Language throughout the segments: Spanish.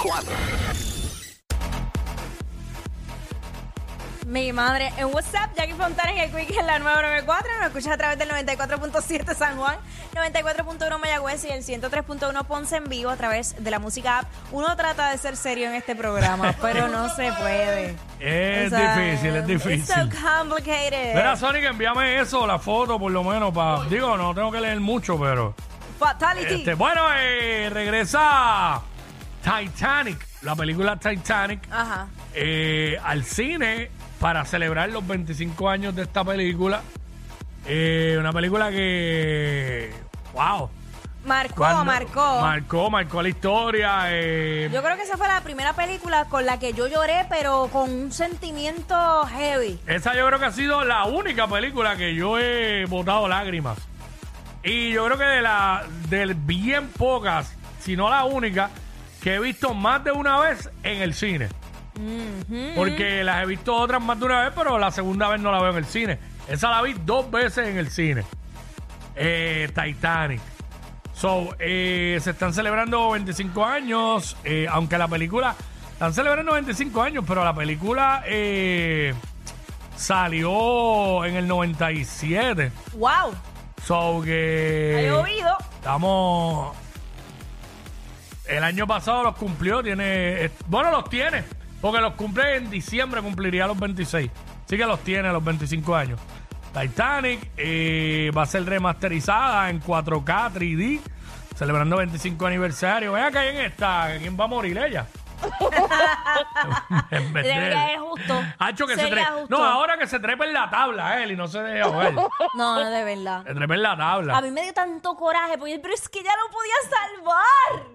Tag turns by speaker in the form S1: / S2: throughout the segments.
S1: 4.
S2: Mi madre, en WhatsApp, Jackie Fontana y el Quick en la 994. Nos escuchas a través del 94.7 San Juan, 94.1 Mayagüez y el 103.1 Ponce en vivo a través de la música app. Uno trata de ser serio en este programa, pero no se puede.
S3: Es
S2: O sea,
S3: difícil, es
S2: It's so
S3: difícil.
S2: complicated.
S3: Mira, Sonic, envíame eso, la foto, por lo menos. para Digo, no tengo que leer mucho, pero.
S2: Fatality.
S3: Este, bueno, eh, regresa Titanic, la película Titanic,
S2: Ajá.
S3: eh, al cine para celebrar los 25 años de esta película. Eh, una película que. ¡Wow!
S2: Marcó,
S3: Cuando-
S2: marcó.
S3: Marcó, marcó la historia. eh,
S2: yo creo que esa fue la primera película con la que yo lloré, pero con un sentimiento heavy.
S3: Esa yo creo que ha sido la única película que yo he botado lágrimas. Y yo creo que de la del bien pocas, si no la única, que he visto más de una vez en el cine. Porque las he visto otras más de una vez, pero la segunda vez no la veo en el cine. Esa la vi dos veces en el cine. Eh, Titanic. So, eh, se están celebrando 25 años, eh, aunque la película... Están celebrando 25 años, pero la película eh, salió en el 97.
S2: ¡Wow!
S3: So
S2: Ha
S3: que...
S2: llovido.
S3: Estamos. El año pasado los cumplió, tiene. eh, Bueno, los tiene, porque los cumple en diciembre, cumpliría los 26. Así que los tiene a los 25 años. Titanic eh, va a ser remasterizada en 4K 3D, celebrando 25 aniversario. Vean que hay en esta, ¿quién va a morir ella? en vez de
S2: Debería
S3: él.
S2: es justo.
S3: Hacho, que se
S2: Sería
S3: trepe.
S2: justo.
S3: No, ahora que se trepe en la tabla él y no se deje ahogar.
S2: No, no, de verdad.
S3: se trepe en la tabla.
S2: A mí me dio tanto coraje, porque, pero es que ya lo podía salvar.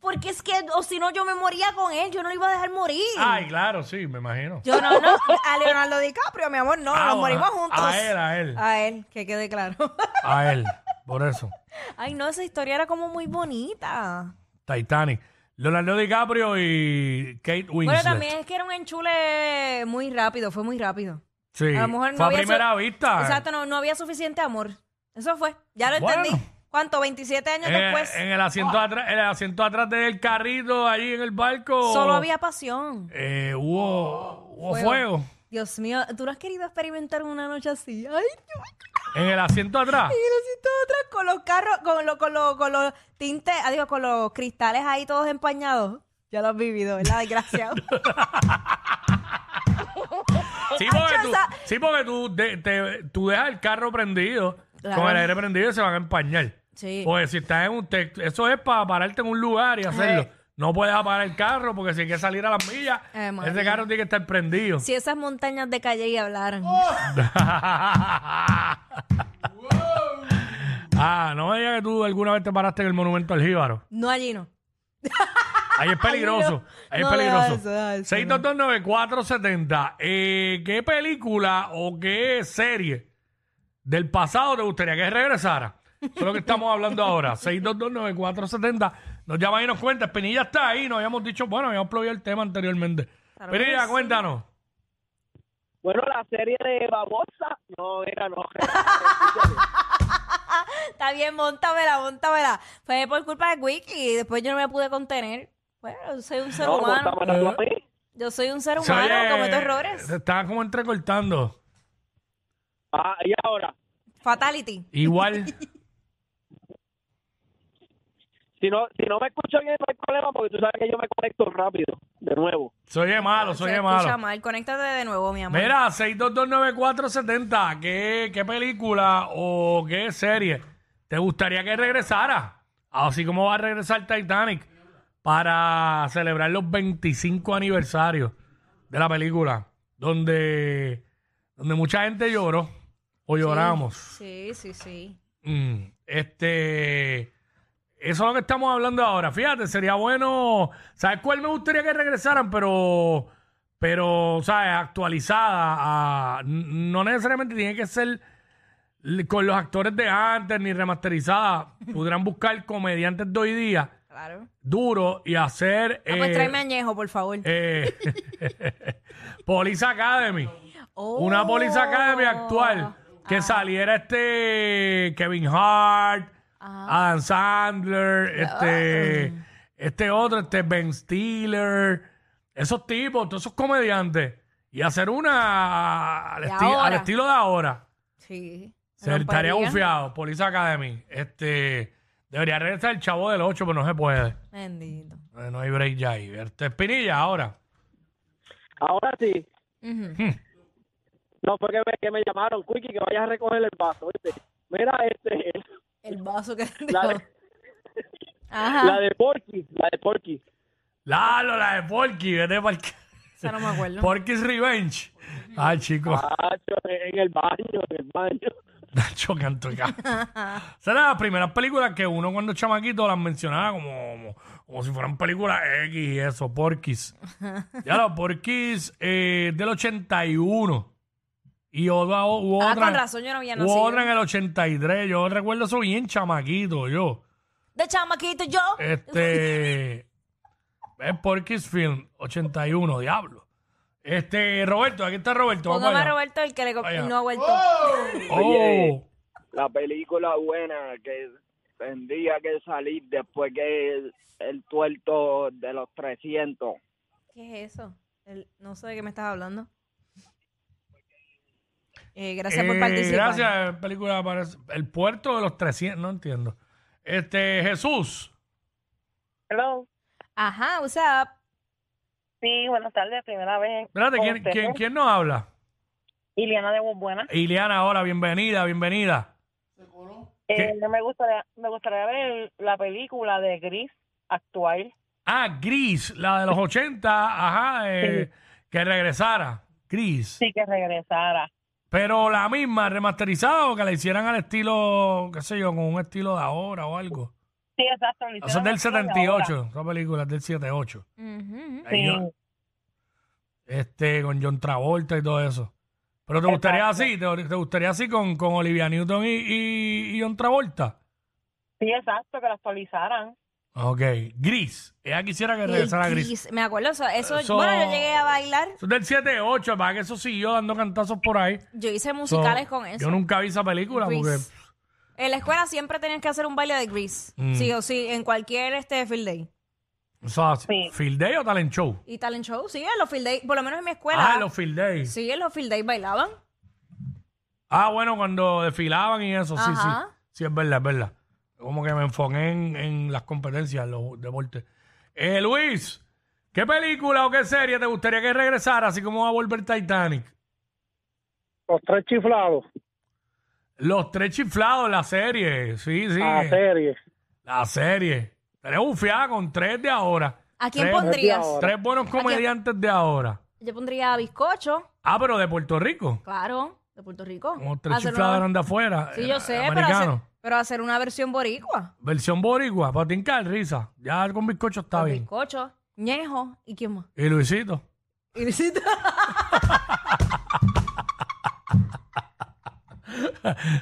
S2: Porque es que, o si no, yo me moría con él, yo no lo iba a dejar morir.
S3: Ay, claro, sí, me imagino.
S2: Yo no, no, a Leonardo DiCaprio, mi amor, no,
S3: Ah,
S2: nos morimos
S3: a-
S2: juntos.
S3: a él, a él.
S2: A él, que quede claro.
S3: A él, por eso.
S2: Ay, no, esa historia era como muy bonita.
S3: Titanic. Leonardo DiCaprio y Kate Winslet.
S2: Bueno, también es que era un enchule muy rápido, fue muy rápido.
S3: Sí,
S2: A lo mejor no
S3: fue a
S2: había su-
S3: primera vista.
S2: Exacto, no, no había suficiente amor. Eso fue, ya lo
S3: Bueno.
S2: entendí. ¿Cuánto? 27 años
S3: En,
S2: después,
S3: Eh, en el asiento atrás, en el asiento atrás del carrito, ahí en el barco.
S2: solo había pasión.
S3: eh, hubo, hubo
S2: Fuego.
S3: fuego.
S2: Dios mío, ¿tú no has querido experimentar una noche así? Ay, Dios
S3: En el asiento atrás.
S2: Y los asientos atrás con los carros, con, lo- con, lo- con los tintes, ah, digo, con los cristales ahí todos empañados. Ya lo has vivido, ¿verdad? Desgraciado.
S3: Sí, porque
S2: Hacho,
S3: tú,
S2: esa-
S3: sí, porque tú, de- te- tú dejas el carro prendido,
S2: Claro.
S3: con el aire prendido y se van a empañar.
S2: Sí.
S3: Porque si estás en un texto, eso es para pararte en un lugar y hacerlo.
S2: Sí.
S3: No puedes apagar el carro porque si hay que salir a las millas,
S2: Eh, madre
S3: ese carro tiene que estar prendido.
S2: si esas montañas de calle y hablaran.
S3: ah, no me digas que tú alguna vez te paraste en el monumento al Jíbaro.
S2: No allí no.
S3: Ahí es peligroso.
S2: Ay,
S3: Ahí
S2: no.
S3: es
S2: No,
S3: peligroso.
S2: deja eso, deja eso,
S3: 6229470. Eh, ¿Qué película o qué serie del pasado te gustaría que regresara? Eso es lo que estamos hablando ahora. 6229470. Nos llama y nos cuenta. Espinilla está ahí. Nos habíamos dicho, bueno, habíamos prohibido el tema anteriormente.
S2: Claro que
S3: Espinilla,
S2: sí.
S3: cuéntanos.
S4: Bueno, la serie de Babosa, no, era no.
S2: Está bien, montamela, montamela. Fue por culpa de Wiki y después yo no me pude contener. Bueno, yo soy un ser
S4: No,
S2: humano.
S4: montámela tú a mí.
S2: Yo soy un ser
S3: Se
S2: humano,
S3: oye-
S2: cometo errores.
S3: Se estaban como entrecortando.
S4: Ah, y ahora,
S2: Fatality.
S3: Igual.
S4: si no, si no me escucho bien, no hay problema, porque tú sabes que yo me conecto rápido, de nuevo.
S3: Se oye malo, se
S2: Se
S3: oye
S2: escucha
S3: malo.
S2: mal. Conéctate de nuevo, mi amor.
S3: Mira, 6229470, ¿qué, ¿qué película o qué serie te gustaría que regresara? Así como va a regresar Titanic para celebrar los 25 aniversarios de la película, donde, donde mucha gente lloró o lloramos.
S2: Sí, sí, sí.
S3: Mm, este, eso es lo que estamos hablando ahora. Fíjate, sería bueno, ¿sabes cuál me gustaría que regresaran? Pero, pero, ¿sabes? Actualizada. a- n- no necesariamente tiene que ser l- con los actores de antes ni remasterizada. Pudieran buscar comediantes de hoy día
S2: Claro.
S3: duro y hacer...
S2: Ah, pues
S3: eh,
S2: tráeme añejo, por favor.
S3: eh, Police Academy.
S2: Oh.
S3: Una Police Academy actual. Que
S2: Ah.
S3: saliera
S2: Ah.
S3: este Kevin Hart, Adam Sandler, este este otro, este Ben Stiller, esos tipos, todos esos comediantes, y hacer una al,
S2: De
S3: esti- al
S2: ahora.
S3: estilo de ahora.
S2: Sí.
S3: Se estaría bufiado, Police Academy. Este, debería regresar el chavo del 8, pero no se puede.
S2: Bendito.
S3: Eh, No hay break ya ahí. Este, Espinilla ahora.
S4: Ahora sí,
S2: Ujú.
S4: no fue que me, que me llamaron, Quickie, que vayas a recoger el vaso, ¿viste? Mira, este,
S2: El vaso que
S4: la de,
S2: Ajá.
S4: la de Porky, la de Porky.
S3: Lalo, la de Porky, vete para
S2: Esa no me acuerdo.
S3: Porky's Revenge. Ah, Ay, chicos.
S4: Tacho, en el baño, en el baño.
S3: Nacho Cantoca. Esa era la primera película que uno cuando chamaquito las mencionaba como, como, como si fueran películas X y eso, Porky's. ya los Porky's eh, del 81. Y otra, u
S2: Ah,
S3: otra,
S2: con razón, yo no había
S3: u
S2: nacido.
S3: otra en el 83. Yo recuerdo eso bien chamaquito, yo.
S2: De chamaquito yo.
S3: Eh, Este. es Porky's Film, 81, diablo. Este, Roberto, aquí está Roberto. vamos
S2: Póngame a
S3: allá.
S2: Roberto el que le co-
S3: Vaya.
S2: no ha vuelto.
S3: Oh,
S1: la película buena que tendría que salir después que el, el tuerto de los 300.
S2: ¿Qué es eso? El- no sé de qué me estás hablando. Eh, gracias por
S3: Eh,
S2: participar.
S3: Gracias, película para El puerto de los 300, no entiendo. Este, Jesús.
S5: Hello.
S2: Ajá, what's up?
S5: Sí, buenas tardes, primera vez.
S3: Espérate,
S5: con
S3: ¿quién,
S5: ustedes.
S3: quién, quién nos habla?
S5: Iliana de Buena.
S3: Ileana, ahora, bienvenida, bienvenida. ¿Qué?
S5: Eh, me gustaría me gustaría ver la película de Gris actual.
S3: Ah, Gris, la de los 80, ajá, eh, que regresara. Gris.
S5: Sí que regresara.
S3: Pero la misma, remasterizada o que la hicieran al estilo, qué sé yo, con un estilo de ahora o algo.
S5: Sí, exacto. lo
S3: Eso es
S5: hicieron
S3: Ah, del
S5: actual ahora.
S3: 78, esa película es del 78.
S2: Ujú.
S3: Ahí yo-
S5: Sí.
S3: este, con John Travolta y todo eso. Pero te gustaría así, te, te gustaría así con, con Olivia Newton y, y- y John Travolta.
S5: Sí, exacto, que la actualizaran.
S3: Ok, Gris. Ella quisiera que
S2: El
S3: regresara Gris. Eh,
S2: kiss, Me acuerdo, eso, eso-
S3: Eso-
S2: Bueno, yo llegué a bailar.
S3: Eso es del 7-8, para que eso siguió dando cantazos por ahí.
S2: Yo hice
S3: So,
S2: musicales con eso.
S3: Yo nunca vi esa película
S2: Gris.
S3: porque
S2: En la escuela siempre tenías que hacer un baile de Grease.
S3: Mm.
S2: Sí o sí, en cualquier este field day.
S3: eso hace-
S5: Sí.
S3: Field Day o Talent Show.
S2: Y talent show, sí, en los field day, por lo menos en mi escuela.
S3: Ah, los Field Day.
S2: Sí, en los field day bailaban.
S3: Ah, bueno, cuando desfilaban y eso, sí,
S2: Ajá.
S3: sí. Sí, es verdad, es verdad. Como que me enfoqué en, en las competencias, en los deportes. Eh, Luis, ¿qué película o qué serie te gustaría que regresara, así como va a volver Titanic?
S4: Los tres chiflados,
S3: Los tres chiflados, la serie, sí, sí.
S4: a serie.
S3: La serie. Tres bufiada con tres de ahora.
S2: ¿A quién
S3: Tres-
S2: pondrías?
S4: ahora.
S3: Tres buenos comediantes de ahora.
S2: Yo pondría a bizcocho,
S3: Ah, pero de Puerto Rico.
S2: claro, de Puerto Rico.
S3: Como tres
S2: Hacer
S3: chiflados
S2: una-
S3: eran de afuera.
S2: Sí,
S3: eh,
S2: yo sé, pero hacer,
S3: americanos.
S2: pero hacer una versión boricua.
S3: Versión boricua, para tincar risa. Ya con bizcocho está
S2: Con
S3: bien.
S2: Bizcocho, Ñejo y quién más.
S3: Y Luisito.
S2: Y Luisito.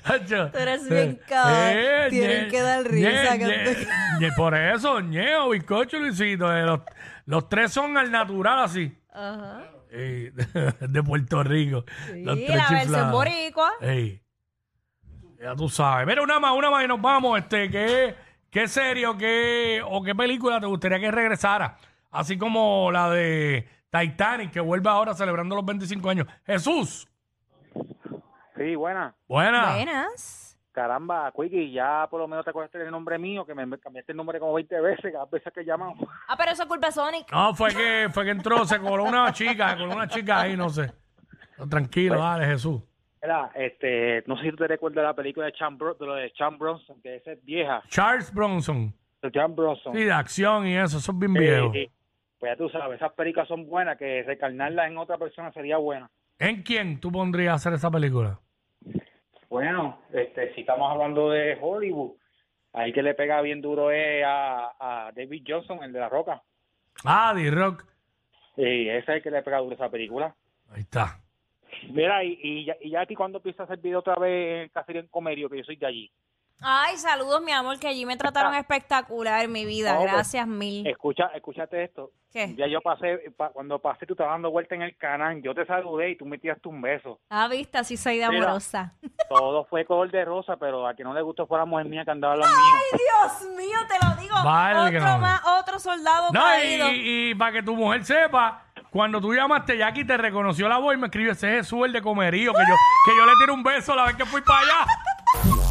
S3: Hacho.
S2: Tú eres
S3: Eh,
S2: bien cabrón. Tienen que dar risa, que-
S3: ñe, por eso, ñeo, bizcocho, Luisito. eh, los, los tres son al natural así.
S2: Ajá.
S3: eh, de Puerto Rico.
S2: Sí,
S3: los
S2: la
S3: tres
S2: versión
S3: chiflados.
S2: boricua.
S3: Ey. Ya tú sabes. Mira, una más, una más y nos vamos. Este, ¿qué, qué serie o qué, o qué película te gustaría que regresara? Así como la de Titanic, que vuelve ahora celebrando los 25 años. Jesús.
S1: Sí, buena.
S3: Buena.
S2: Buenas.
S1: Caramba, Quickie, ya por lo menos te acuerdas el nombre mío, que me me cambiaste el nombre como 20 veces, cada vez que llaman.
S2: Ah, pero eso es culpa de Sonic.
S3: No, fue que, fue que entró, se coló una chica, se coló una chica ahí, no sé. No, tranquilo, dale, Jesús.
S1: Era, este, no sé si tú te recuerdas la película de Chan, Bro- de lo de Chan Bronson, que esa es vieja,
S3: Charles Bronson.
S1: de Chan Bronson.
S3: Sí, de acción y eso, eso es bien
S1: Eh,
S3: viejo.
S1: eh, pues ya tú sabes, esas películas son buenas, que recarnarlas en otra persona sería buena.
S3: ¿En quién tú pondrías a hacer esa película?
S1: Bueno, este, si estamos hablando de Hollywood, ahí que le pega bien duro es a, a David Johnson, el de La Roca.
S3: Ah, D-Rock.
S1: Y ese es el que le pega duro a esa película.
S3: Ahí está.
S1: Mira, y, y, ya- y ya aquí cuando empieza a servir otra vez el caserío en Comerio, que yo soy de allí.
S2: Ay, saludos, mi amor, que allí me trataron
S1: Ah.
S2: espectacular, mi vida.
S1: No, pues,
S2: Gracias mil.
S1: Escucha, escúchate esto.
S2: ¿Qué?
S1: Ya yo pasé, pa- cuando pasé tú estabas dando vuelta en el canal, yo te saludé y tú me tiraste un beso.
S2: Ah, vista, sí soy de
S1: Mira.
S2: amorosa.
S1: Todo fue color de rosa, pero a que no le gustó fue la mujer mía que andaba a los míos.
S2: Ay, Dios mío, te lo digo.
S3: Válgame.
S2: Otro más, otro soldado
S3: No,
S2: caído.
S3: y, para que tu mujer sepa, cuando tú llamaste, Jackie te reconoció la voz y me escribió, ese es Jesús, el de comerío, que yo, que yo le tiro un beso la vez que fui para allá.